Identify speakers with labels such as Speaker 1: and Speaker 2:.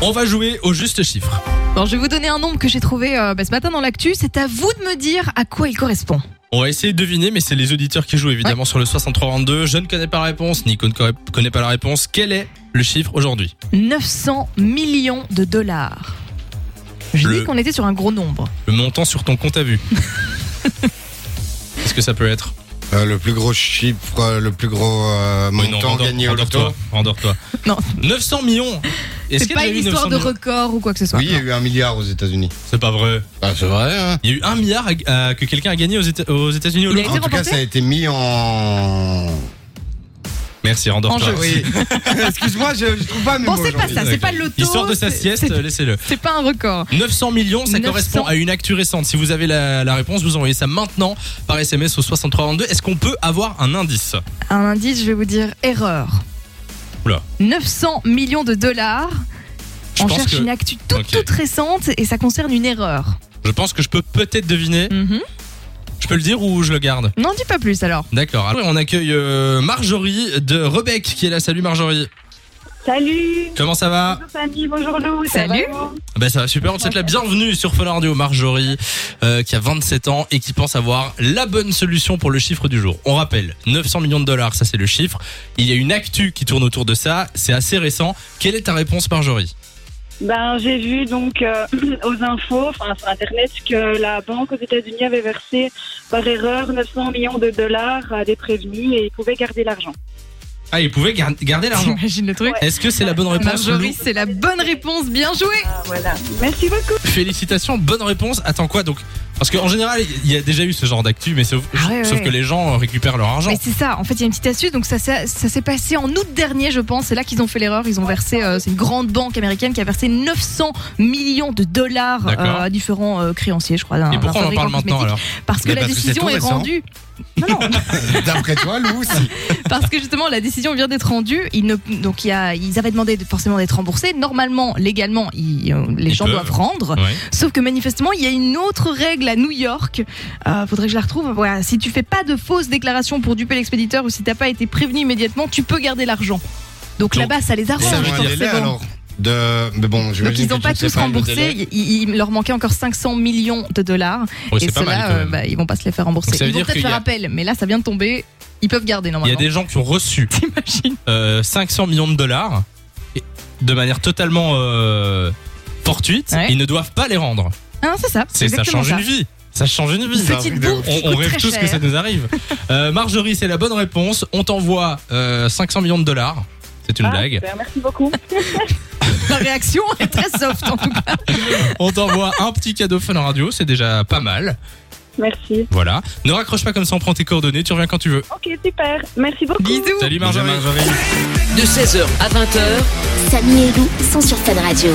Speaker 1: On va jouer au juste chiffre.
Speaker 2: Bon, je vais vous donner un nombre que j'ai trouvé euh, bah, ce matin dans l'actu. C'est à vous de me dire à quoi il correspond.
Speaker 1: On va essayer de deviner, mais c'est les auditeurs qui jouent évidemment sur le 6322. Je ne connais pas la réponse, Nico ne co- connaît pas la réponse. Quel est le chiffre aujourd'hui
Speaker 2: 900 millions de dollars. J'ai
Speaker 1: Le-
Speaker 2: dit qu'on était sur un gros nombre.
Speaker 1: Le montant sur ton compte à vue. Est-ce que ça peut être
Speaker 3: Euh, le plus gros chiffre, euh, le plus gros euh,
Speaker 1: Oui, non,
Speaker 3: montant
Speaker 1: rendors-
Speaker 3: gagné au loto.
Speaker 1: Rendors-toi. Rendors-toi.
Speaker 2: Non.
Speaker 1: 900 millions Est-ce
Speaker 2: C'est
Speaker 1: qu'il y a
Speaker 2: pas une
Speaker 1: déjà eu 900
Speaker 2: histoire de
Speaker 1: millions
Speaker 2: record ou quoi que ce soit.
Speaker 3: Oui, il y a eu un milliard aux États-Unis.
Speaker 1: C'est pas vrai.
Speaker 3: c'est vrai. Hein
Speaker 1: Il y a eu un milliard à- à- que quelqu'un a gagné aux Éta- aux États-Unis au
Speaker 2: Il a
Speaker 1: loto.
Speaker 3: en
Speaker 2: été
Speaker 3: tout cas,
Speaker 2: remporté
Speaker 3: ça a été mis en.
Speaker 1: Merci, rendors-toi.
Speaker 2: En jeu.
Speaker 3: Oui. Excuse-moi, je, je trouve pas mes
Speaker 2: Bon,
Speaker 3: mots
Speaker 2: c'est pas
Speaker 3: aujourd'hui.
Speaker 2: ça, c'est pas le loto.
Speaker 1: Il sort de sa
Speaker 2: c'est-
Speaker 1: sieste,
Speaker 2: c'est-
Speaker 1: laissez-le.
Speaker 2: C'est pas un record.
Speaker 1: 900 millions, ça
Speaker 2: 900.
Speaker 1: correspond à une actu récente. Si vous avez la, la réponse, vous envoyez ça maintenant par SMS au 6322. Est-ce qu'on peut avoir un indice
Speaker 2: Un indice, je vais vous dire erreur.
Speaker 1: Oula.
Speaker 2: 900 millions de dollars.
Speaker 1: Je
Speaker 2: On
Speaker 1: pense
Speaker 2: cherche
Speaker 1: que-
Speaker 2: une actu toute,
Speaker 1: Ok.
Speaker 2: toute récente et ça concerne une erreur.
Speaker 1: Je pense que je peux peut-être deviner.
Speaker 2: Mhm.
Speaker 1: Je peux le dire ou je le garde
Speaker 2: N'en dis pas plus alors.
Speaker 1: D'accord. Alors, on accueille euh, Marjorie de Rebec qui est là. Salut Marjorie.
Speaker 4: Salut
Speaker 1: Comment ça va
Speaker 4: Bonjour famille, bonjour Lou, ça
Speaker 2: Salut.
Speaker 4: va, vous
Speaker 1: Ben ça va super, on te souhaite la bienvenue sur Fun Radio Marjorie euh, qui a 27 ans et qui pense avoir la bonne solution pour le chiffre du jour. On rappelle, 900 millions de dollars, ça c'est le chiffre. Il y a une actu qui tourne autour de ça, c'est assez récent. Quelle est ta réponse Marjorie
Speaker 4: Ben j'ai vu donc euh, aux infos, enfin sur internet, que la banque aux États-Unis avait versé par erreur 900 millions de dollars à des prévenus et ils pouvaient garder l'argent.
Speaker 1: Ah, il pouvait gar- garder l'argent.
Speaker 2: T'imagines le truc
Speaker 1: Est-ce que c'est la bonne réponse
Speaker 2: Marjorie,
Speaker 1: Lou
Speaker 2: c'est la bonne réponse. Bien joué
Speaker 4: Ah, voilà. Merci beaucoup.
Speaker 1: Félicitations, bonne réponse. Attends quoi donc Parce qu'en général, il y a déjà eu ce genre d'actu, mais sauf,
Speaker 2: Ah ouais,
Speaker 1: sauf
Speaker 2: ouais.
Speaker 1: que les gens récupèrent leur argent.
Speaker 2: Mais c'est ça, en fait, il y a une petite astuce. Donc, ça, ça, ça s'est passé en août dernier, je pense. C'est là qu'ils ont fait l'erreur. Ils ont versé, euh, c'est une grande banque américaine qui a versé 900 millions de dollars
Speaker 1: D'accord.
Speaker 2: euh, à différents euh, créanciers, je crois. d'un-
Speaker 1: Et pourquoi
Speaker 2: d'un
Speaker 1: on en parle
Speaker 2: fabricant
Speaker 1: maintenant
Speaker 2: cosmétique.
Speaker 1: alors
Speaker 2: Parce que
Speaker 3: Mais
Speaker 2: la
Speaker 3: parce que c'est
Speaker 2: décision
Speaker 3: tout
Speaker 2: est
Speaker 3: récent.
Speaker 2: rendue. Non, non,
Speaker 3: D'après toi, Lou, si.
Speaker 2: parce que justement la décision vient d'être rendue. Ils ne, donc il y a, ils avaient demandé de- forcément d'être remboursés. Normalement, légalement, ils, euh, les
Speaker 1: Ils
Speaker 2: gens
Speaker 1: peuvent.
Speaker 2: doivent rendre.
Speaker 1: Ouais.
Speaker 2: Sauf que manifestement, il y a une autre règle à New York. Euh, faudrait que je la retrouve. Voilà, si tu fais pas de fausses déclarations pour duper l'expéditeur ou si t'as pas été prévenu immédiatement, tu peux garder l'argent. Donc,
Speaker 1: Donc,
Speaker 2: là-bas, ça les arrange.
Speaker 3: Ça veut dire délai
Speaker 2: forcément.
Speaker 3: alors. De... Mais bon,
Speaker 2: Donc
Speaker 3: j'imagine
Speaker 2: ils n'ont
Speaker 3: que
Speaker 2: pas
Speaker 3: tu ne sais
Speaker 2: tous
Speaker 3: le délai.
Speaker 2: remboursé, il, il leur manquait encore 500 millions de dollars
Speaker 1: Ouais,
Speaker 2: et
Speaker 1: c'est pas mal
Speaker 2: ceux-là,
Speaker 1: quand
Speaker 2: euh,
Speaker 1: même.
Speaker 2: bah, ils vont pas se les faire rembourser.
Speaker 1: Donc, ça veut
Speaker 2: ils vont
Speaker 1: dire
Speaker 2: peut-être
Speaker 1: qu'il y
Speaker 2: faire
Speaker 1: a-
Speaker 2: appel, mais là ça vient de tomber, ils peuvent garder
Speaker 1: Il y a
Speaker 2: normalement.
Speaker 1: des gens qui ont reçu
Speaker 2: T'imagines
Speaker 1: euh, 500 millions de dollars et- de manière totalement euh, fortuite.
Speaker 2: Ouais.
Speaker 1: Ils ne doivent pas les rendre.
Speaker 2: Ah, c'est ça, c'est
Speaker 1: C'est ça
Speaker 2: exactement
Speaker 1: change
Speaker 2: ça.
Speaker 1: une vie. Ça change une vie.
Speaker 2: Une
Speaker 1: ça.
Speaker 2: petite
Speaker 3: de
Speaker 2: bourse
Speaker 1: On,
Speaker 2: qui
Speaker 1: on
Speaker 2: coûte
Speaker 1: rêve
Speaker 2: très
Speaker 1: tous
Speaker 2: cher.
Speaker 1: que ça nous arrive. Euh, Marjorie, c'est la bonne réponse. On t'envoie euh, 500 millions de dollars. C'est une
Speaker 4: Ah,
Speaker 1: blague.
Speaker 4: super, merci beaucoup.
Speaker 2: La réaction est très soft en tout cas.
Speaker 1: On t'envoie un petit cadeau fun radio. C'est déjà pas mal.
Speaker 4: Merci.
Speaker 1: Voilà. Ne raccroche pas comme ça. On prend tes coordonnées. Tu reviens quand tu veux.
Speaker 4: Ok, super. Merci beaucoup.
Speaker 2: Bisous.
Speaker 1: Salut Marjorie.
Speaker 3: Marjorie.
Speaker 5: De 16h à 20h,
Speaker 6: Samy et Lou sont sur Fun Radio.